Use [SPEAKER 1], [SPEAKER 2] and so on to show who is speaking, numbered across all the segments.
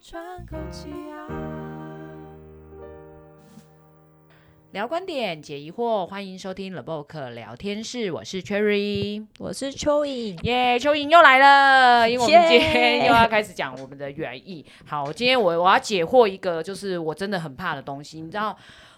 [SPEAKER 1] 喘口气啊。
[SPEAKER 2] 聊观点，解疑惑，欢迎收听 The Book 聊天室，我是 Cherry，
[SPEAKER 1] 我是蚯蚓，
[SPEAKER 2] 耶，蚯蚓又来了，因为我们今天
[SPEAKER 1] 耶
[SPEAKER 2] 又要开始讲我们的原意。好，今天我我要解惑一个，就是我真的很怕的东西，你知道，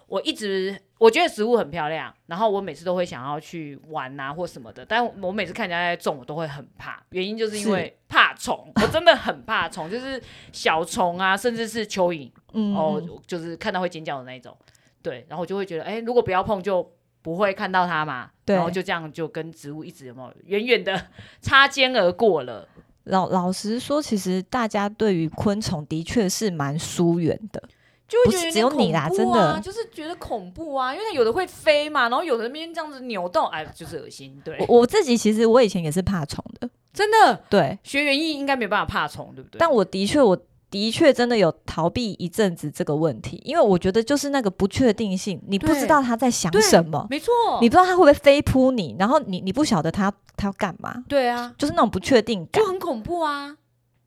[SPEAKER 2] 我一直我觉得食物很漂亮，然后我每次都会想要去玩啊或什么的，但我每次看人家在种，我都会很怕，原因就是因为怕虫，我真的很怕虫，就是小虫啊，甚至是蚯蚓。
[SPEAKER 1] 嗯
[SPEAKER 2] 哦，就是看到会尖叫的那一种。对，然后我就会觉得，哎、如果不要碰就不会看到它嘛。
[SPEAKER 1] 对
[SPEAKER 2] 然后就这样就跟植物一直有没有远远的 擦肩而过了。
[SPEAKER 1] 老老实说，其实大家对于昆虫的确是蛮疏远的。
[SPEAKER 2] 就会
[SPEAKER 1] 不
[SPEAKER 2] 觉得
[SPEAKER 1] 是
[SPEAKER 2] 有点
[SPEAKER 1] 只有
[SPEAKER 2] 恐
[SPEAKER 1] 你啦
[SPEAKER 2] 怖
[SPEAKER 1] 真的
[SPEAKER 2] 啊就是觉得恐怖啊，因为它有的会飞嘛，然后有的那边这样子扭动，哎，就是恶心。对，
[SPEAKER 1] 我我自己其实我以前也是怕虫的，
[SPEAKER 2] 真的
[SPEAKER 1] 对，
[SPEAKER 2] 学园艺应该没办法怕虫，对不对？
[SPEAKER 1] 但我的确我。的确，真的有逃避一阵子这个问题，因为我觉得就是那个不确定性，你不
[SPEAKER 2] 对
[SPEAKER 1] 知道他在想
[SPEAKER 2] 对
[SPEAKER 1] 什么，
[SPEAKER 2] 没错，
[SPEAKER 1] 你不知道他会不会飞扑你，然后你你不晓得他他要干嘛，
[SPEAKER 2] 对啊，
[SPEAKER 1] 就是那种不确定感
[SPEAKER 2] 就。很恐怖啊。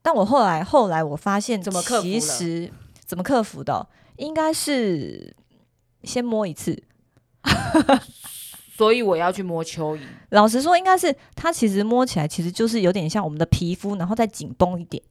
[SPEAKER 1] 但我后来后来我发现，
[SPEAKER 2] 怎么克服
[SPEAKER 1] 其
[SPEAKER 2] 了
[SPEAKER 1] 实怎么克服的哦，应该是先摸一次。
[SPEAKER 2] 所以我要去摸蚯蚓，
[SPEAKER 1] 老实说，应该是它其实摸起来其实就是有点像我们的皮肤，然后再紧绷一点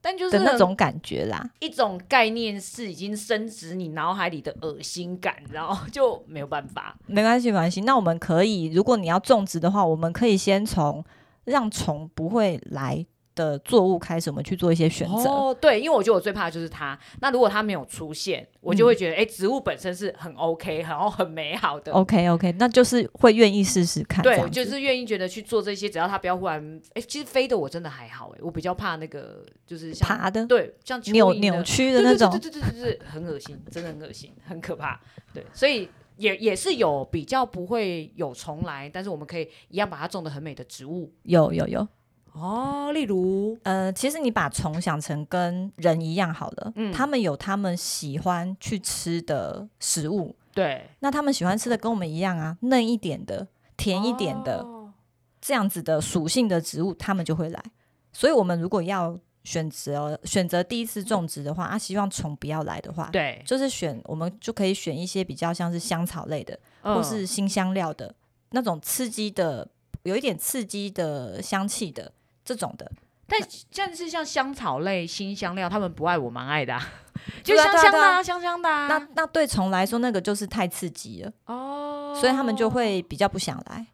[SPEAKER 2] 但就是
[SPEAKER 1] 的那
[SPEAKER 2] 很
[SPEAKER 1] 种感觉啦。
[SPEAKER 2] 一种概念是已经深植你脑海里的恶心感，然后就没有办法。
[SPEAKER 1] 没关系，没关系。那我们可以，如果你要种植的话，我们可以先从让虫不会来的作物开始，我们去做一些选择。
[SPEAKER 2] 哦，对，因为我觉得我最怕的就是它。那如果它没有出现，我就会觉得，哎、植物本身是很 OK，然后很美好的。
[SPEAKER 1] OK OK，那就是会愿意试试看。哦这
[SPEAKER 2] 对，
[SPEAKER 1] 样
[SPEAKER 2] 就
[SPEAKER 1] 子
[SPEAKER 2] 是愿意觉得去做这些，只要它不要忽然，哎、其实飞的我真的还好、哎，我比较怕那个，就是像
[SPEAKER 1] 爬的、
[SPEAKER 2] 对，像蚯蚓
[SPEAKER 1] 扭
[SPEAKER 2] 的
[SPEAKER 1] 扭曲的
[SPEAKER 2] 对
[SPEAKER 1] 那种
[SPEAKER 2] 对。对对对对对，很恶心，真的很恶心，很可怕。对，所以也也是有比较不会有虫来，但是我们可以一样把它种的很美的植物，
[SPEAKER 1] 有有有，
[SPEAKER 2] 哦，例如，
[SPEAKER 1] 呃，其实你把虫想成跟人一样好了，
[SPEAKER 2] 嗯
[SPEAKER 1] 他们有他们喜欢去吃的食物，
[SPEAKER 2] 对，
[SPEAKER 1] 那他们喜欢吃的跟我们一样啊，嫩一点的、甜一点的、
[SPEAKER 2] 哦
[SPEAKER 1] 这样子的属性的植物，他们就会来。所以，我们如果要选择呃选择第一次种植的话，啊，希望虫不要来的话，，
[SPEAKER 2] 对，
[SPEAKER 1] 就是选我们就可以选一些比较像是香草类的，
[SPEAKER 2] 嗯
[SPEAKER 1] 或是新香料的那种刺激的，有一点刺激的香气的这种的。
[SPEAKER 2] 但是像香草类、新香料，他们不爱我，蛮爱的、 啊，就
[SPEAKER 1] 对啊
[SPEAKER 2] 香香
[SPEAKER 1] 对
[SPEAKER 2] 的、
[SPEAKER 1] 啊
[SPEAKER 2] 啊，香香的、啊，
[SPEAKER 1] 那那对虫来说，那个就是太刺激了，
[SPEAKER 2] 哦，
[SPEAKER 1] 所以他们就会比较不想来。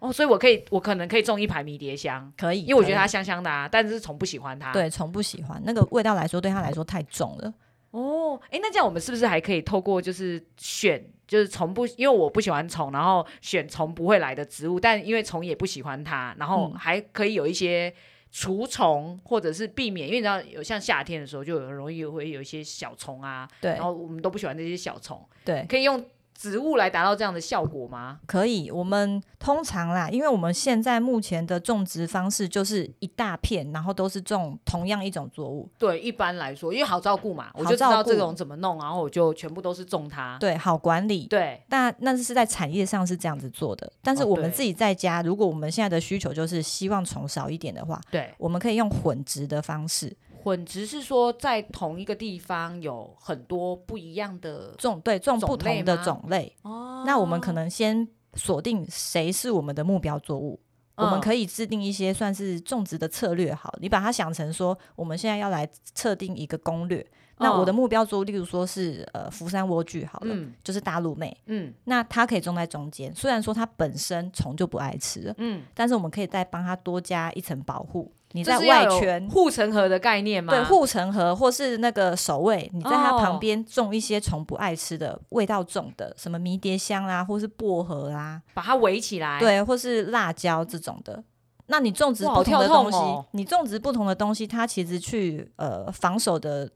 [SPEAKER 2] 哦，所以我可以，我可能可以种一排迷迭香，
[SPEAKER 1] 可以，
[SPEAKER 2] 因为我觉得
[SPEAKER 1] 可
[SPEAKER 2] 它
[SPEAKER 1] 以
[SPEAKER 2] 香香的啊，但是虫不喜欢它。，
[SPEAKER 1] 对虫不喜欢那个味道来说，对他来说太重了。
[SPEAKER 2] 哦，哎，那这样我们是不是还可以透过就是选？就是虫不，因为我不喜欢虫，然后选虫不会来的植物，但因为虫也不喜欢它，然后
[SPEAKER 1] 嗯
[SPEAKER 2] 还可以有一些除虫或者是避免，因为你知道有像夏天的时候就很容易会有一些小虫啊，
[SPEAKER 1] 对
[SPEAKER 2] 然后我们都不喜欢这些小虫，
[SPEAKER 1] 对，
[SPEAKER 2] 可以用植物来达到这样的效果吗？
[SPEAKER 1] 可以。我们通常啦，因为我们现在目前的种植方式就是一大片，然后都是种同样一种作物，
[SPEAKER 2] 对，一般来说，因为好照顾嘛，我
[SPEAKER 1] 好
[SPEAKER 2] 就知
[SPEAKER 1] 照
[SPEAKER 2] 道这
[SPEAKER 1] 顾
[SPEAKER 2] 种怎么弄，然后我就全部都是种它。
[SPEAKER 1] 对，好管理。
[SPEAKER 2] 对，
[SPEAKER 1] 那那是在产业上是这样子做的，但是
[SPEAKER 2] 哦
[SPEAKER 1] 我们
[SPEAKER 2] 对
[SPEAKER 1] 自己在家，如果我们现在的需求就是希望虫少一点的话，
[SPEAKER 2] 对，
[SPEAKER 1] 我们可以用混植的方式
[SPEAKER 2] 混植是说在同一个地方有很多不一样的
[SPEAKER 1] 种，对，种
[SPEAKER 2] 种
[SPEAKER 1] 不
[SPEAKER 2] 类
[SPEAKER 1] 同的
[SPEAKER 2] 吗
[SPEAKER 1] 种类。
[SPEAKER 2] 哦
[SPEAKER 1] 那我们可能先锁定谁是我们的目标作物，我们
[SPEAKER 2] 以
[SPEAKER 1] 可以制定一些算是种植的策略。好，你把它想成说，我们现在要来测定一个攻略。那我的目标作物，例如说是呃福山莴苣好了，
[SPEAKER 2] 嗯
[SPEAKER 1] 就是大陆妹，
[SPEAKER 2] 嗯
[SPEAKER 1] 那它可以种在中间。虽然说它本身虫就不爱吃了，
[SPEAKER 2] 嗯，
[SPEAKER 1] 但是我们可以再帮它多加一层保护。你
[SPEAKER 2] 你
[SPEAKER 1] 在外圈。
[SPEAKER 2] 护城河的概念吗？
[SPEAKER 1] 对护城河或是那个守卫，你在它
[SPEAKER 2] 哦
[SPEAKER 1] 旁边种一些虫不爱吃的、味道重的，什么迷迭香啦、或是薄荷啊啦、
[SPEAKER 2] 把它围起来。，
[SPEAKER 1] 对，或是辣椒这种的。那你种植
[SPEAKER 2] 哇
[SPEAKER 1] 不同
[SPEAKER 2] 好
[SPEAKER 1] 的
[SPEAKER 2] 跳痛
[SPEAKER 1] 东西，
[SPEAKER 2] 哦
[SPEAKER 1] 你种植不同的东西，它其实去呃防守的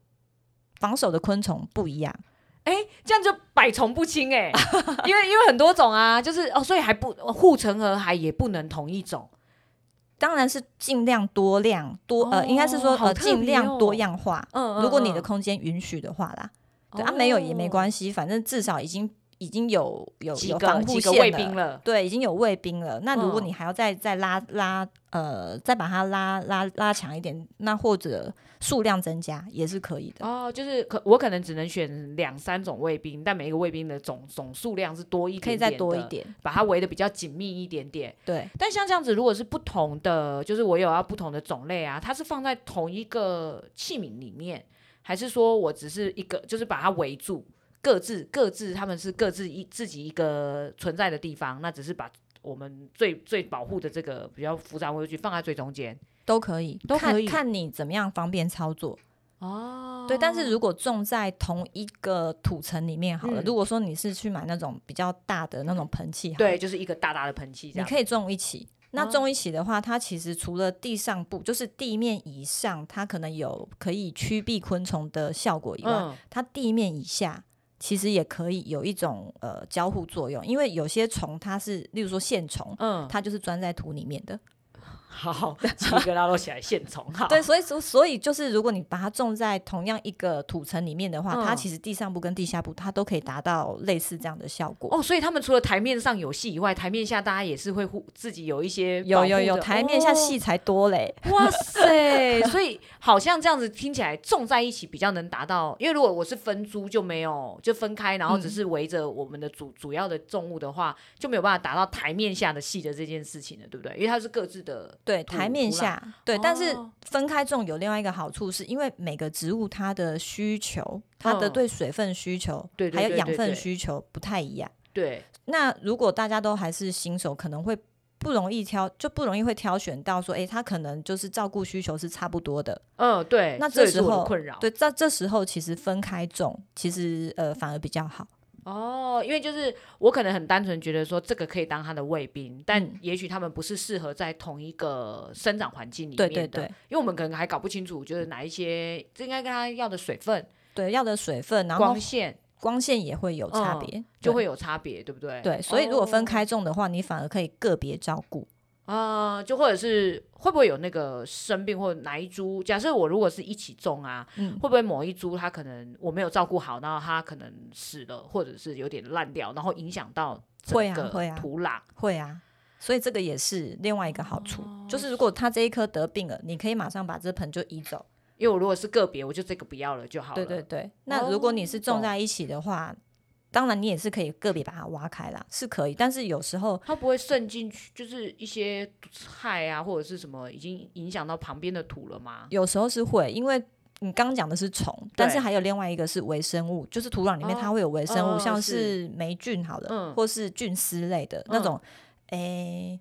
[SPEAKER 1] 防守的昆虫不一样。
[SPEAKER 2] 哎，这样就百虫不侵 哎、因为因为很多种啊，就是哦，所以还不护城河还也不能同一种。
[SPEAKER 1] 当然是尽量多量多、
[SPEAKER 2] 哦
[SPEAKER 1] 呃，应该是说
[SPEAKER 2] 好
[SPEAKER 1] 呃
[SPEAKER 2] 特
[SPEAKER 1] 尽
[SPEAKER 2] 别
[SPEAKER 1] 量多
[SPEAKER 2] 哦
[SPEAKER 1] 样化。
[SPEAKER 2] 嗯
[SPEAKER 1] 啊
[SPEAKER 2] 哦
[SPEAKER 1] 如果你的空间允许的话啦，对啊没有也没关系，反正至少已经已经有有
[SPEAKER 2] 几
[SPEAKER 1] 有
[SPEAKER 2] 个
[SPEAKER 1] 防
[SPEAKER 2] 几
[SPEAKER 1] 护
[SPEAKER 2] 个卫
[SPEAKER 1] 线
[SPEAKER 2] 兵
[SPEAKER 1] 了。
[SPEAKER 2] 了，
[SPEAKER 1] 对，已经有卫兵了。那如果
[SPEAKER 2] 嗯
[SPEAKER 1] 你还要再再拉拉，呃，再把它拉拉拉强一点，那或者数量增加也是可以的。
[SPEAKER 2] 哦，就是可我可能只能选两三种卫兵，但每一个卫兵的总总数量是多一点
[SPEAKER 1] 可以再
[SPEAKER 2] 点
[SPEAKER 1] 多一
[SPEAKER 2] 的，
[SPEAKER 1] 点，
[SPEAKER 2] 把它围的比较紧密一点点。
[SPEAKER 1] 对，
[SPEAKER 2] 但像这样子，如果是不同的，就是我有要不同的种类啊，它是放在同一个器皿里面，还是说我只是一个，就是把它围住，各自各自他们是各自一自己一个存在的地方，那只是把我们最最保护的这个比较复杂的位置放在最中间。
[SPEAKER 1] 都可以，
[SPEAKER 2] 都可以
[SPEAKER 1] 看看你怎么样方便操作。
[SPEAKER 2] 哦
[SPEAKER 1] 对，但是如果种在同一个土层里面好了，
[SPEAKER 2] 嗯
[SPEAKER 1] 如果说你是去买那种比较大的那种盆器，
[SPEAKER 2] 对，，就是一个大大的喷气这
[SPEAKER 1] 你
[SPEAKER 2] 样。
[SPEAKER 1] 可以种一起。那
[SPEAKER 2] 哦
[SPEAKER 1] 种一起的话，它其实除了地上部，就是地面以上，它可能有可以驱避昆虫的效果以外，
[SPEAKER 2] 嗯，
[SPEAKER 1] 它地面以下其实也可以有一种呃交互作用，因为有些虫它是，例如说线虫，
[SPEAKER 2] 嗯，
[SPEAKER 1] 它就是钻在土里面的。
[SPEAKER 2] 好， 几个拉都起来现虫哈。
[SPEAKER 1] 对，，所以所所以就是，如果你把它种在同样一个土层里面的话，它
[SPEAKER 2] 嗯
[SPEAKER 1] 其实地上部跟地下部它都可以达到类似这样的效果。
[SPEAKER 2] 哦，所以他们除了台面上有戏以外，台面下大家也是会互自己有一些保
[SPEAKER 1] 有
[SPEAKER 2] 护
[SPEAKER 1] 有有，
[SPEAKER 2] 的
[SPEAKER 1] 台面下
[SPEAKER 2] 哦
[SPEAKER 1] 戏才多嘞。
[SPEAKER 2] 哇塞！所以好像这样子听起来种在一起比较能达到，因为如果我是分租就没有就分开，然后
[SPEAKER 1] 嗯
[SPEAKER 2] 只是围着我们的主、主要的重物的话，就没有办法达到台面下的戏的这件事情了，对不对？因为它是各自的，
[SPEAKER 1] 对，
[SPEAKER 2] 土
[SPEAKER 1] 台面
[SPEAKER 2] 土壤
[SPEAKER 1] 下对，但是
[SPEAKER 2] 哦
[SPEAKER 1] 分开种有另外一个好处，是因为每个植物它的需求、它的
[SPEAKER 2] 嗯
[SPEAKER 1] 对水分需求
[SPEAKER 2] 对对
[SPEAKER 1] 还有
[SPEAKER 2] 对
[SPEAKER 1] 养
[SPEAKER 2] 对对
[SPEAKER 1] 分需求不太一样。
[SPEAKER 2] 对，
[SPEAKER 1] 那如果大家都还是新手，可能会不容易挑，就不容易会挑选到说，诶，他可能就是照顾需求是差不多的。
[SPEAKER 2] 嗯，对，
[SPEAKER 1] 那
[SPEAKER 2] 这
[SPEAKER 1] 这
[SPEAKER 2] 也是我
[SPEAKER 1] 时
[SPEAKER 2] 的
[SPEAKER 1] 候
[SPEAKER 2] 困扰，
[SPEAKER 1] 对，在这时候其实分开种，其实呃反而比较好。
[SPEAKER 2] 哦，因为就是我可能很单纯觉得说这个可以当他的卫兵，但
[SPEAKER 1] 嗯
[SPEAKER 2] 也许他们不是适合在同一个生长环境里
[SPEAKER 1] 对
[SPEAKER 2] 面的，
[SPEAKER 1] 对对
[SPEAKER 2] 因为我们可能还搞不清楚，就是哪一些这应该跟他要的水分、
[SPEAKER 1] 对，要的水分，然后
[SPEAKER 2] 光线
[SPEAKER 1] 光线也会有
[SPEAKER 2] 嗯
[SPEAKER 1] 差别，
[SPEAKER 2] 就
[SPEAKER 1] 对
[SPEAKER 2] 会有差别，对不对？
[SPEAKER 1] 对。所以如果分
[SPEAKER 2] 哦
[SPEAKER 1] 开种的话，你反而可以个别照顾。
[SPEAKER 2] 啊、就或者是会不会有那个生病或者哪一株？假设我如果是一起种啊，
[SPEAKER 1] 嗯
[SPEAKER 2] 会不会某一株它可能我没有照顾好，然后它可能死了，或者是有点烂掉，然后影响到整
[SPEAKER 1] 会啊
[SPEAKER 2] 个
[SPEAKER 1] 会啊
[SPEAKER 2] 土壤？
[SPEAKER 1] 会啊，所以这个也是另外一个好处，
[SPEAKER 2] 哦
[SPEAKER 1] 就是如果他这一棵得病了，你可以马上把这盆就移走。
[SPEAKER 2] 因为我如果是个别，我就这个不要了就好了。哦
[SPEAKER 1] 对对对，那如果你是种
[SPEAKER 2] 懂
[SPEAKER 1] 在一起的话，当然你也是可以个别把它挖开啦，是可以。但是有时候
[SPEAKER 2] 它不会渗进去，就是一些菜啊或者是什么已经影响到旁边的土了吗？
[SPEAKER 1] 有时候是会，因为你刚讲的是虫，但是
[SPEAKER 2] 对
[SPEAKER 1] 还有另外一个是微生物，就是土壤里面
[SPEAKER 2] 哦
[SPEAKER 1] 它会有微生物，
[SPEAKER 2] 嗯
[SPEAKER 1] 像
[SPEAKER 2] 是
[SPEAKER 1] 是霉菌好了，
[SPEAKER 2] 嗯
[SPEAKER 1] 或是菌丝类的、那
[SPEAKER 2] 嗯
[SPEAKER 1] 种，诶、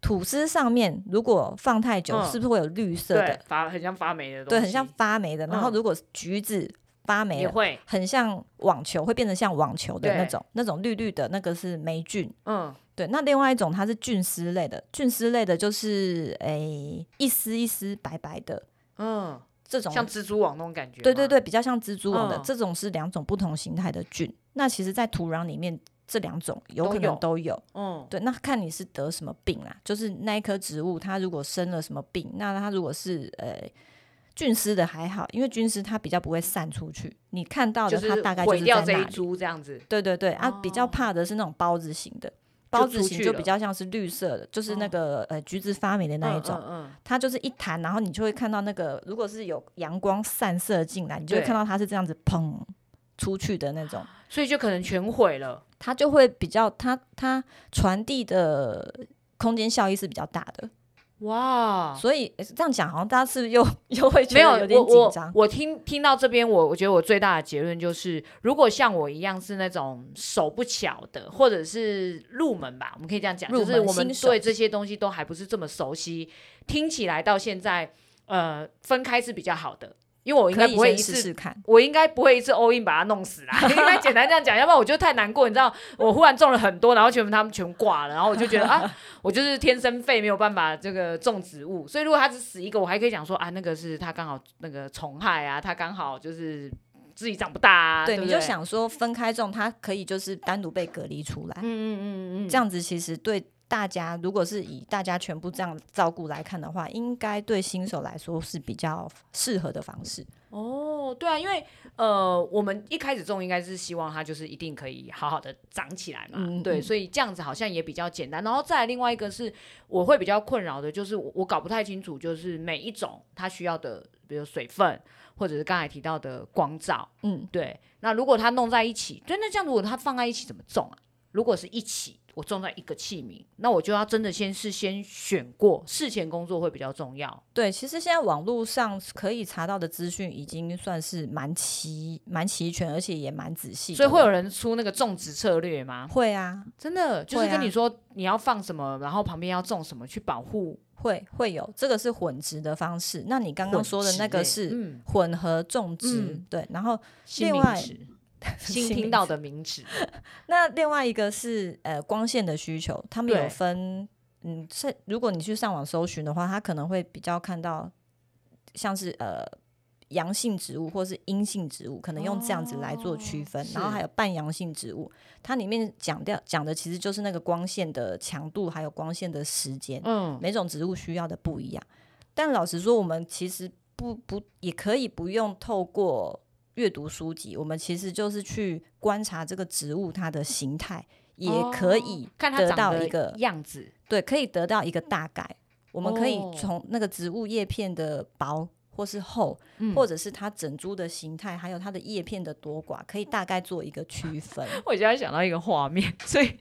[SPEAKER 1] 吐司上面如果放太久，
[SPEAKER 2] 嗯
[SPEAKER 1] 是不是会有绿色的
[SPEAKER 2] 对，？发很像发霉的东
[SPEAKER 1] 对，
[SPEAKER 2] 西，
[SPEAKER 1] 很像发霉的。然后
[SPEAKER 2] 嗯
[SPEAKER 1] 如果橘子发霉
[SPEAKER 2] 也
[SPEAKER 1] 了，
[SPEAKER 2] 会，
[SPEAKER 1] 很像网球，会变成像网球的那
[SPEAKER 2] 对
[SPEAKER 1] 种，那种绿绿的那个是霉菌。
[SPEAKER 2] 嗯，
[SPEAKER 1] 对，那另外一种它是菌丝类的，菌丝类的就是诶、一丝一丝白白的
[SPEAKER 2] 嗯，
[SPEAKER 1] 这种，
[SPEAKER 2] 像蜘蛛网那种感觉。
[SPEAKER 1] 对对，对，比较像蜘蛛网的、
[SPEAKER 2] 嗯
[SPEAKER 1] 这种是两种不同形态的菌。那其实，在土壤里面这两种有
[SPEAKER 2] 都
[SPEAKER 1] 可
[SPEAKER 2] 有
[SPEAKER 1] 能都有。
[SPEAKER 2] 嗯，
[SPEAKER 1] 对，那看你是得什么病啦、就是那一棵植物，它如果生了什么病，那它如果是呃菌丝的还好，因为菌丝它比较不会散出去，你看到
[SPEAKER 2] 就
[SPEAKER 1] 的它大概就
[SPEAKER 2] 毁
[SPEAKER 1] 是
[SPEAKER 2] 掉
[SPEAKER 1] 在
[SPEAKER 2] 这
[SPEAKER 1] 那
[SPEAKER 2] 一
[SPEAKER 1] 里。
[SPEAKER 2] 株这样子。
[SPEAKER 1] 对对对，啊，比较
[SPEAKER 2] 哦
[SPEAKER 1] 怕的是那种包子型的，包子
[SPEAKER 2] 出
[SPEAKER 1] 型
[SPEAKER 2] 去
[SPEAKER 1] 就
[SPEAKER 2] 了
[SPEAKER 1] 比较像是绿色的，就是那
[SPEAKER 2] 哦
[SPEAKER 1] 个、呃橘子发霉的那一
[SPEAKER 2] 嗯
[SPEAKER 1] 种，
[SPEAKER 2] 嗯
[SPEAKER 1] 它就是一弹，然后你就会看到那个，如果是有阳光散射进来，你就会
[SPEAKER 2] 对
[SPEAKER 1] 看到它是这样子砰出去的那种。
[SPEAKER 2] 嗯，所以就可能全毁了。
[SPEAKER 1] 它就会比较它它传递的空间效益是比较大的，
[SPEAKER 2] 哇，
[SPEAKER 1] 所以诶这样讲好像大家是不是又 又会觉
[SPEAKER 2] 哦没有
[SPEAKER 1] 得有点
[SPEAKER 2] 我
[SPEAKER 1] 紧
[SPEAKER 2] 我
[SPEAKER 1] 张？
[SPEAKER 2] 我听听到这边，我我觉得我最大的结论就是，如果像我一样是那种手不巧的，或者是入门吧，我们可以这样讲，
[SPEAKER 1] 入
[SPEAKER 2] 就
[SPEAKER 1] 门
[SPEAKER 2] 是我们
[SPEAKER 1] 新手
[SPEAKER 2] 对这些东西都还不是这么熟悉，听起来到现在，呃，分开是比较好的，因为我应
[SPEAKER 1] 可
[SPEAKER 2] 该
[SPEAKER 1] 以
[SPEAKER 2] 不会
[SPEAKER 1] 先
[SPEAKER 2] 一
[SPEAKER 1] 试
[SPEAKER 2] 次。
[SPEAKER 1] 试看，
[SPEAKER 2] 我应该不会一次 all in 把它弄死啦， 应该简单这样讲，要不然我就太难过，你知道，我忽然中了很多，然后全部他们全挂了，然后我就觉得啊，我就是天生废，没有办法这个种植物，所以如果他只死一个，我还可以讲说啊，那个是他刚好那个虫害啊，他刚好就是自己长不大啊，对
[SPEAKER 1] 对，
[SPEAKER 2] 不对，
[SPEAKER 1] 你就想说分开种，它可以就是单独被隔离出来，
[SPEAKER 2] 嗯，嗯嗯嗯嗯，
[SPEAKER 1] 这样子其实对大家，如果是以大家全部这样照顾来看的话，应该对新手来说是比较适合的方式。
[SPEAKER 2] 哦，对啊，因为呃，我们一开始种应该是希望它就是一定可以好好的长起来嘛，
[SPEAKER 1] 嗯
[SPEAKER 2] 对，
[SPEAKER 1] 嗯
[SPEAKER 2] 所以这样子好像也比较简单。然后再来另外一个是我会比较困扰的，就是我我搞不太清楚，就是每一种它需要的，比如水分或者是刚才提到的光照，
[SPEAKER 1] 嗯，
[SPEAKER 2] 对。那如果它弄在一起，对，那这样如果它放在一起怎么种啊？如果是一起，我种在一个器皿，那我就要真的先事先选过，事前工作会比较重要。
[SPEAKER 1] 对，其实现在网络上可以查到的资讯已经算是蛮齐、蛮齐全，而且也蛮仔细的了。
[SPEAKER 2] 所以会有人出那个种植策略吗？
[SPEAKER 1] 会啊，
[SPEAKER 2] 真的就是
[SPEAKER 1] 会啊
[SPEAKER 2] 跟你说你要放什么，然后旁边要种什么去保护
[SPEAKER 1] 会会有这个是混植的方式。那你刚刚
[SPEAKER 2] 混
[SPEAKER 1] 说的
[SPEAKER 2] 植
[SPEAKER 1] 那
[SPEAKER 2] 类
[SPEAKER 1] 个是
[SPEAKER 2] 嗯，
[SPEAKER 1] 混合种植，
[SPEAKER 2] 嗯
[SPEAKER 1] 对。然后
[SPEAKER 2] 新
[SPEAKER 1] 另
[SPEAKER 2] 名
[SPEAKER 1] 外
[SPEAKER 2] 词，嗯 新
[SPEAKER 1] 新
[SPEAKER 2] 听
[SPEAKER 1] 名
[SPEAKER 2] 到的名 词，
[SPEAKER 1] 那另外一个是呃光线的需求，他们
[SPEAKER 2] 对
[SPEAKER 1] 有分，嗯，是如果你去上网搜寻的话，它可能会比较看到像是呃阳性植物或是阴性植物，可能用这样子来做区分，然后
[SPEAKER 2] 是
[SPEAKER 1] 还有半阳性植物，它里面讲掉讲的其实就是那个光线的强度，还有光线的时间，
[SPEAKER 2] 嗯，
[SPEAKER 1] 每种植物需要的不一样。但老实说，我们其实不不也可以不用透过阅读书籍，我们其实就是去观察这个植物它的形态，也可以
[SPEAKER 2] 哦看它
[SPEAKER 1] 得
[SPEAKER 2] 长
[SPEAKER 1] 到
[SPEAKER 2] 得
[SPEAKER 1] 一个、
[SPEAKER 2] 样子，
[SPEAKER 1] 对，可以得到一个大概。我们可以
[SPEAKER 2] 哦
[SPEAKER 1] 从那个植物叶片的薄或是厚，
[SPEAKER 2] 嗯
[SPEAKER 1] 或者是它整株的形态，还有它的叶片的多寡，可以大概做一个区分。
[SPEAKER 2] 我现在想到一个画面，所以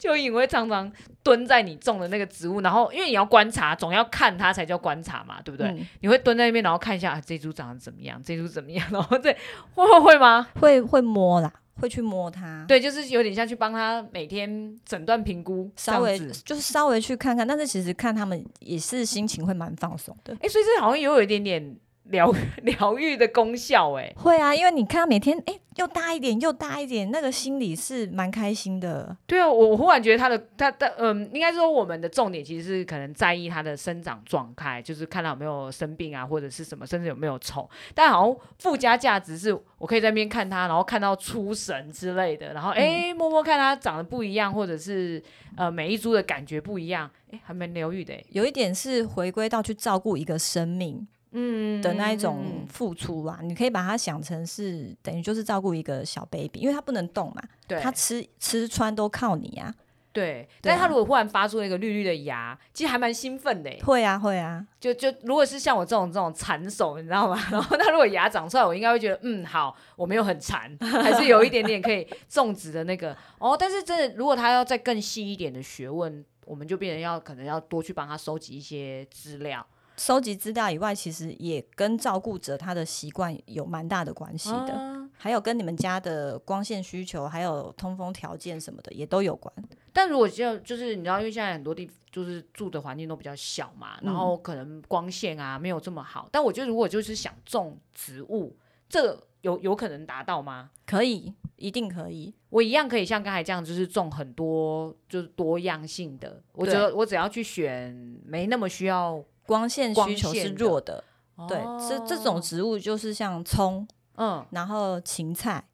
[SPEAKER 2] 就因为常常蹲在你种的那个植物，然后因为你要观察，总要看它才叫观察嘛，对 不对？
[SPEAKER 1] 嗯
[SPEAKER 2] 你会蹲在那边，然后看一下、啊、这株长得怎么样， 这株怎么样，然后对，会会会吗？
[SPEAKER 1] 会会摸啦，会去摸它。
[SPEAKER 2] 对，就是有点像去帮他每天诊断评估，
[SPEAKER 1] 稍微
[SPEAKER 2] 这样子
[SPEAKER 1] 就是稍微去看看，但是其实看他们也是心情会蛮放松的。
[SPEAKER 2] 哎、所以这好像也有一点点疗疗愈 的功效哎、
[SPEAKER 1] 会啊，因为你看他每天哎、又大一点又大一点，那个心里是蛮开心的。
[SPEAKER 2] 对啊，我我忽然觉得它的它的嗯，应该说我们的重点其实是可能在意它的生长状态，就是看它有没有生病啊，或者是什么，甚至有没有丑。但好像附加价值是我可以在那边看它，然后看到出神之类的，然后哎、摸摸看它长得不一样，或者是呃每一株的感觉不一样，哎，还蛮疗愈的哎。
[SPEAKER 1] 有一点是回归到去照顾一个生命
[SPEAKER 2] 嗯
[SPEAKER 1] 的那一种付出啊，你可以把它想成是等于就是照顾一个小 baby，因为他不能动嘛，
[SPEAKER 2] 对
[SPEAKER 1] 他吃吃穿都靠你啊。
[SPEAKER 2] 对，
[SPEAKER 1] 对
[SPEAKER 2] 但是他
[SPEAKER 1] 啊
[SPEAKER 2] 如果忽然发出了一个绿绿的芽，其实还蛮兴奋的欸耶。
[SPEAKER 1] 会啊会啊，
[SPEAKER 2] 就就如果是像我这种这种残手，你知道吗？ 然后那如果芽长出来，我应该会觉得，嗯，好，我没有很残，还是有一点点可以种植的那个哦。但是真的，如果他要再更细一点的学问，我们就变成要可能要多去帮他收集一些资料。
[SPEAKER 1] 收集资料以外，其实也跟照顾者他的习惯有蛮大的关系的。
[SPEAKER 2] 啊
[SPEAKER 1] 还有跟你们家的光线需求，还有通风条件什么的也都有关。
[SPEAKER 2] 但如果就就是你知道，因为现在很多地就是住的环境都比较小嘛，
[SPEAKER 1] 嗯
[SPEAKER 2] 然后可能光线啊没有这么好。但我觉得如果就是想种植物，这个有有可能达到吗？
[SPEAKER 1] 可以，一定可以。
[SPEAKER 2] 我一样可以像刚才这样，就是种很多就是多样性的。我只
[SPEAKER 1] 对
[SPEAKER 2] 要我只要去选没那么需要，
[SPEAKER 1] 光线需求是弱的，对，
[SPEAKER 2] 哦
[SPEAKER 1] 这这种植物就是像葱，
[SPEAKER 2] 嗯，
[SPEAKER 1] 然后芹菜，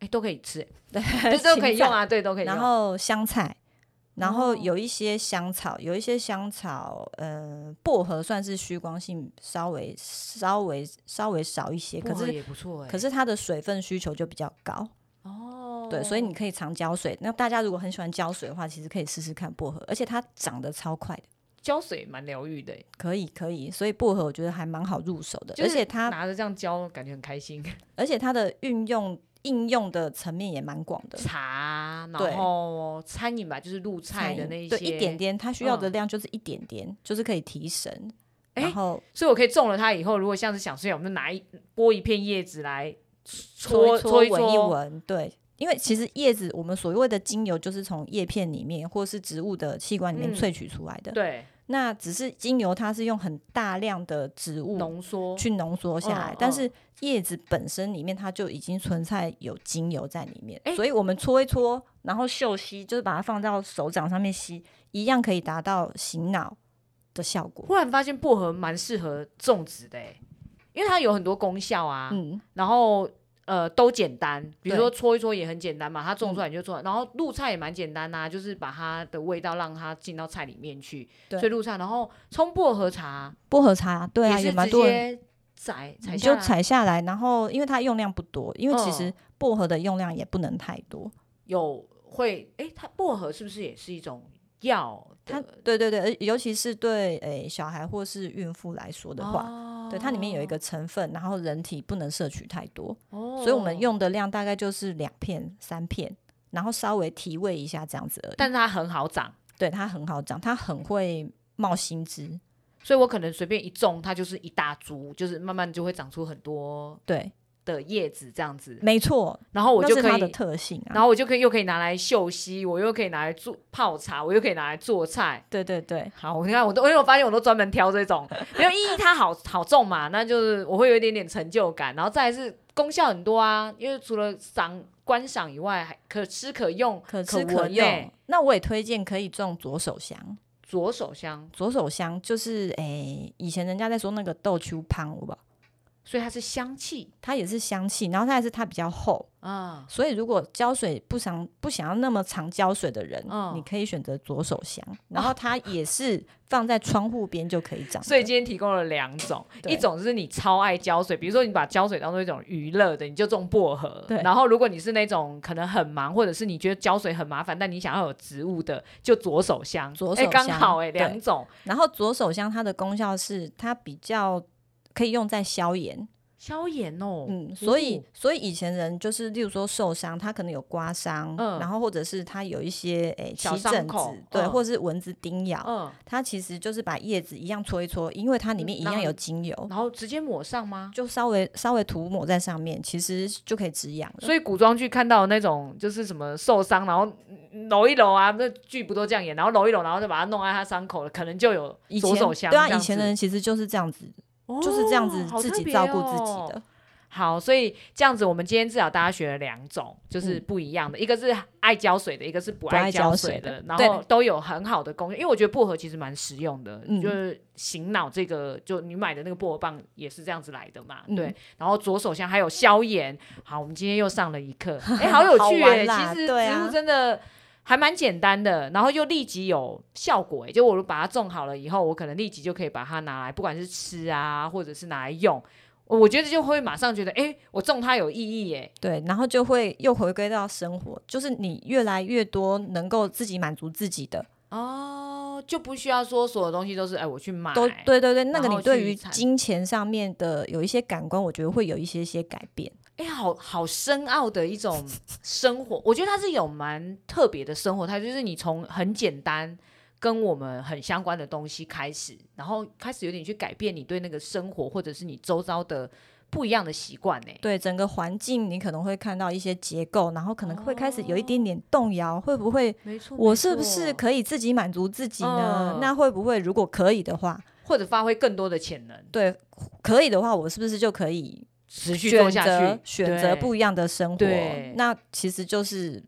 [SPEAKER 2] 哎都可以 吃，
[SPEAKER 1] 对，
[SPEAKER 2] 这都可以
[SPEAKER 1] 芹哎菜
[SPEAKER 2] 用，啊，对，都可以用。
[SPEAKER 1] 然后香菜，然后
[SPEAKER 2] 哦
[SPEAKER 1] 有一些香草，有一些香草，呃，薄荷算是虚光性稍微稍微稍微少一些，
[SPEAKER 2] 薄
[SPEAKER 1] 可
[SPEAKER 2] 荷
[SPEAKER 1] 是
[SPEAKER 2] 也不错哎、
[SPEAKER 1] 可是它的水分需求就比较高。
[SPEAKER 2] 哦，
[SPEAKER 1] 对，所以你可以常浇水。那大家如果很喜欢浇水的话，其实可以试试看薄荷，而且它长得超快的，
[SPEAKER 2] 浇水蛮疗愈的、哎
[SPEAKER 1] 可以可以。所以薄荷我觉得还蛮好入手的，
[SPEAKER 2] 就是
[SPEAKER 1] 而且它
[SPEAKER 2] 拿着这样浇，感觉很开心。
[SPEAKER 1] 而且它的运用应用的层面也蛮广的。
[SPEAKER 2] 茶，
[SPEAKER 1] 对
[SPEAKER 2] 然后餐饮吧，就是露菜
[SPEAKER 1] 餐
[SPEAKER 2] 的
[SPEAKER 1] 饮
[SPEAKER 2] 那一些，
[SPEAKER 1] 对一点。点，它需要的
[SPEAKER 2] 嗯
[SPEAKER 1] 量就是一点点，就是可以提神。
[SPEAKER 2] 哎
[SPEAKER 1] 然后
[SPEAKER 2] 所以我可以种了它以后，如果像是想睡觉，我们就拿一剥一片叶子来
[SPEAKER 1] 搓
[SPEAKER 2] 搓搓
[SPEAKER 1] 一搓，闻一
[SPEAKER 2] 搓
[SPEAKER 1] 闻，对。因为其实叶子，我们所谓的精油就是从叶片里面或是植物的器官里面
[SPEAKER 2] 嗯
[SPEAKER 1] 萃取出来的。
[SPEAKER 2] 对，
[SPEAKER 1] 那只是精油，它是用很大量的植物
[SPEAKER 2] 浓缩。
[SPEAKER 1] 去浓缩下来，
[SPEAKER 2] 嗯
[SPEAKER 1] 但
[SPEAKER 2] 嗯
[SPEAKER 1] 是叶子本身里面它就已经存在有精油在里面，
[SPEAKER 2] 诶
[SPEAKER 1] 所以我们搓一搓，然后嗅吸，就是把它放到手掌上面吸，一样可以达到醒脑的效果。
[SPEAKER 2] 忽然发现薄荷蛮适合种植的、欸，因为它有很多功效啊，
[SPEAKER 1] 嗯，
[SPEAKER 2] 然后呃都简单，比如
[SPEAKER 1] 对嗯
[SPEAKER 2] 说搓一搓也很简单嘛，它种出来你就做，然后入菜也蛮简单呐、啊就是把它的味道让它进到菜里面去，
[SPEAKER 1] 对
[SPEAKER 2] 所以入菜，然后冲薄荷茶
[SPEAKER 1] 薄荷茶对啊，
[SPEAKER 2] 也
[SPEAKER 1] 也
[SPEAKER 2] 是
[SPEAKER 1] 蛮
[SPEAKER 2] 直
[SPEAKER 1] 多人
[SPEAKER 2] 接摘，采
[SPEAKER 1] 你
[SPEAKER 2] 下
[SPEAKER 1] 就
[SPEAKER 2] 来
[SPEAKER 1] 采下来，然后因为它用量不多，因为其
[SPEAKER 2] 嗯
[SPEAKER 1] 实薄荷的用量也不能太多。
[SPEAKER 2] 有会哎，它薄荷是不是也是一种药的？
[SPEAKER 1] 它对对对，而尤其是对诶、小孩或是孕妇来说的话，
[SPEAKER 2] 哦
[SPEAKER 1] 对它里面有一个成分，然后人体不能摄取太多，
[SPEAKER 2] 哦
[SPEAKER 1] 所以我们，用的量大概就是两片、三片，然后稍微提味一下这样子而已。
[SPEAKER 2] 但是它很好长，
[SPEAKER 1] 对它很好长，它很会冒新枝，
[SPEAKER 2] 所以我可能随便一种，它就是一大株，就是慢慢就会长出很多
[SPEAKER 1] 对，
[SPEAKER 2] 的叶子这样子，
[SPEAKER 1] 没错，
[SPEAKER 2] 然后我
[SPEAKER 1] 那
[SPEAKER 2] 就是可
[SPEAKER 1] 它的
[SPEAKER 2] 以。
[SPEAKER 1] 特性
[SPEAKER 2] 然
[SPEAKER 1] 啊。
[SPEAKER 2] 后我就可以又可以拿来嗅吸，我又可以拿来做泡茶，我又可以拿来做菜。
[SPEAKER 1] 对对对，
[SPEAKER 2] 好，你看我都，因为我发现我都专门挑这种，没有意义，它好好重嘛，那就是我会有一点点成就感，然后再来是功效很多啊，因为除了赏观赏以外，还可吃可用，
[SPEAKER 1] 可吃
[SPEAKER 2] 可
[SPEAKER 1] 可
[SPEAKER 2] 闻
[SPEAKER 1] 用。
[SPEAKER 2] 欸
[SPEAKER 1] 那我也推荐可以种左手香，
[SPEAKER 2] 左手香，
[SPEAKER 1] 左手香就是诶、以前人家在说那个豆秋胖吧，
[SPEAKER 2] 所以它是香气
[SPEAKER 1] 它也是香气，然后它也是它比较厚，
[SPEAKER 2] 啊，
[SPEAKER 1] 所以如果浇水不想不想要那么常浇水的人，
[SPEAKER 2] 嗯
[SPEAKER 1] 你可以选择左手香，然后它也是放在窗户边就可以长的。
[SPEAKER 2] 哦所以今天提供了两种，
[SPEAKER 1] 对
[SPEAKER 2] 一种是你超爱浇水，比如说你把浇水当做一种娱乐的，你就种薄荷。
[SPEAKER 1] 对
[SPEAKER 2] 然后如果你是那种可能很忙，或者是你觉得浇水很麻烦，但你想要有植物的，就左手香。
[SPEAKER 1] 左
[SPEAKER 2] 哎
[SPEAKER 1] 手
[SPEAKER 2] 刚
[SPEAKER 1] 香
[SPEAKER 2] 好哎、
[SPEAKER 1] 对
[SPEAKER 2] 两种
[SPEAKER 1] 然后左手香它的功效是它比较可以用在消炎，
[SPEAKER 2] 消炎哦。
[SPEAKER 1] 嗯，所以
[SPEAKER 2] 哦
[SPEAKER 1] 所以以前人就是，例如说受伤，他可能有刮伤，
[SPEAKER 2] 嗯
[SPEAKER 1] 然后或者是他有一些诶
[SPEAKER 2] 小
[SPEAKER 1] 起
[SPEAKER 2] 伤
[SPEAKER 1] 疹
[SPEAKER 2] 口
[SPEAKER 1] 子，对，
[SPEAKER 2] 嗯
[SPEAKER 1] 或者是蚊子叮咬，
[SPEAKER 2] 嗯，
[SPEAKER 1] 它其实就是把叶子一样搓一搓，因为它里面一
[SPEAKER 2] 然
[SPEAKER 1] 样
[SPEAKER 2] 后
[SPEAKER 1] 有精油，
[SPEAKER 2] 然后直接抹上吗？
[SPEAKER 1] 就稍微稍微涂抹在上面，其实就可以止痒了。
[SPEAKER 2] 所以古装剧看到的那种就是什么受伤，然后嗯揉一揉啊，那剧不都这样演？然后揉一揉，然后就把它弄在他伤口了，可能就有
[SPEAKER 1] 以
[SPEAKER 2] 左
[SPEAKER 1] 前
[SPEAKER 2] 手香
[SPEAKER 1] 对
[SPEAKER 2] 这
[SPEAKER 1] 啊，
[SPEAKER 2] 样
[SPEAKER 1] 以前
[SPEAKER 2] 子
[SPEAKER 1] 的人其实就是这样子，
[SPEAKER 2] 哦
[SPEAKER 1] 就是这样子
[SPEAKER 2] 好
[SPEAKER 1] 自
[SPEAKER 2] 特
[SPEAKER 1] 己
[SPEAKER 2] 别
[SPEAKER 1] 照顾自
[SPEAKER 2] 哦
[SPEAKER 1] 己的。
[SPEAKER 2] 好，所以这样子，我们今天至少大家学了两种，就是
[SPEAKER 1] 嗯
[SPEAKER 2] 不一样的，一个是爱浇水的，一个是不
[SPEAKER 1] 不
[SPEAKER 2] 爱
[SPEAKER 1] 爱
[SPEAKER 2] 浇
[SPEAKER 1] 浇
[SPEAKER 2] 水
[SPEAKER 1] 水
[SPEAKER 2] 的，
[SPEAKER 1] 的
[SPEAKER 2] 然
[SPEAKER 1] 对
[SPEAKER 2] 后都有很好的功用。因为我觉得薄荷其实蛮实用的，
[SPEAKER 1] 嗯
[SPEAKER 2] 就是醒脑这个，就你买的那个薄荷棒也是这样子来的嘛，
[SPEAKER 1] 嗯
[SPEAKER 2] 对。然后左手香还有消炎。好，我们今天又上了一 课，哎、好有
[SPEAKER 1] 好
[SPEAKER 2] 趣
[SPEAKER 1] 玩
[SPEAKER 2] 耶、
[SPEAKER 1] 啦
[SPEAKER 2] 其实
[SPEAKER 1] 对
[SPEAKER 2] 植物
[SPEAKER 1] 啊
[SPEAKER 2] 真的。还蛮简单的，然后又立即有效果、欸，就我把它种好了以后，我可能立即就可以把它拿来，不管是吃啊，或者是拿来用，我觉得就会马上觉得，哎、我种它有意义耶。
[SPEAKER 1] 对，然后就会又回归到生活，就是你越来越多能够自己满足自己的，
[SPEAKER 2] 哦，就不需要说所有东西都是，哎、我去买。
[SPEAKER 1] 都对对对，那
[SPEAKER 2] 然
[SPEAKER 1] 个
[SPEAKER 2] 后
[SPEAKER 1] 你对
[SPEAKER 2] 去
[SPEAKER 1] 于
[SPEAKER 2] 产
[SPEAKER 1] 金钱上面的有一些感官，我觉得会有一些些改变。
[SPEAKER 2] 哎、好好深奥的一种生活，我觉得它是有蛮特别的生活态度，就是你从很简单跟我们很相关的东西开始，然后开始有点去改变你对那个生活或者是你周遭的不一样的习惯呢。
[SPEAKER 1] 对整个环境，你可能会看到一些结构，然后可能会开始有一点点动摇，会不会
[SPEAKER 2] 哦没错
[SPEAKER 1] 我是不是可以自己满足自己呢？
[SPEAKER 2] 嗯
[SPEAKER 1] 那会不会如果可以的话，
[SPEAKER 2] 或者发挥更多的潜能，
[SPEAKER 1] 对，可以的话，我是不是就可以
[SPEAKER 2] 持续做
[SPEAKER 1] 选
[SPEAKER 2] 下
[SPEAKER 1] 择
[SPEAKER 2] 去？
[SPEAKER 1] 选择
[SPEAKER 2] 对
[SPEAKER 1] 不一样的生活
[SPEAKER 2] 对？
[SPEAKER 1] 那其实就是。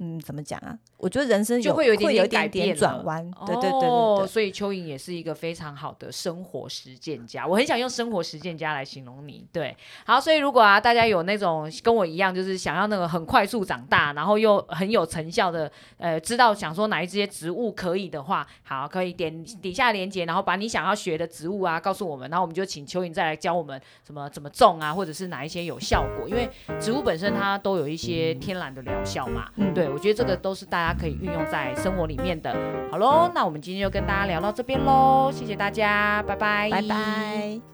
[SPEAKER 1] 嗯，怎么讲啊？我觉得人生
[SPEAKER 2] 就
[SPEAKER 1] 有
[SPEAKER 2] 会有一
[SPEAKER 1] 一
[SPEAKER 2] 点
[SPEAKER 1] 有
[SPEAKER 2] 点改变
[SPEAKER 1] 点
[SPEAKER 2] 了
[SPEAKER 1] 转弯，对对对对对。
[SPEAKER 2] 哦，所以蚯蚓也是一个非常好的生活实践家，我很想用生活实践家来形容你。对，好，所以如果啊大家有那种跟我一样，就是想要那个很快速长大，然后又很有成效的，呃，知道想说哪一些植物可以的话，好，可以点底下链接，然后把你想要学的植物啊告诉我们，然后我们就请蚯蚓再来教我们怎么怎么种啊，或者是哪一些有效果，因为植物本身它都有一些天然的疗效嘛。
[SPEAKER 1] 嗯
[SPEAKER 2] 对，我觉得这个都是大家可以运用在生活里面的。好喽，那我们今天就跟大家聊到这边喽，谢谢大家，拜拜，
[SPEAKER 1] 拜拜。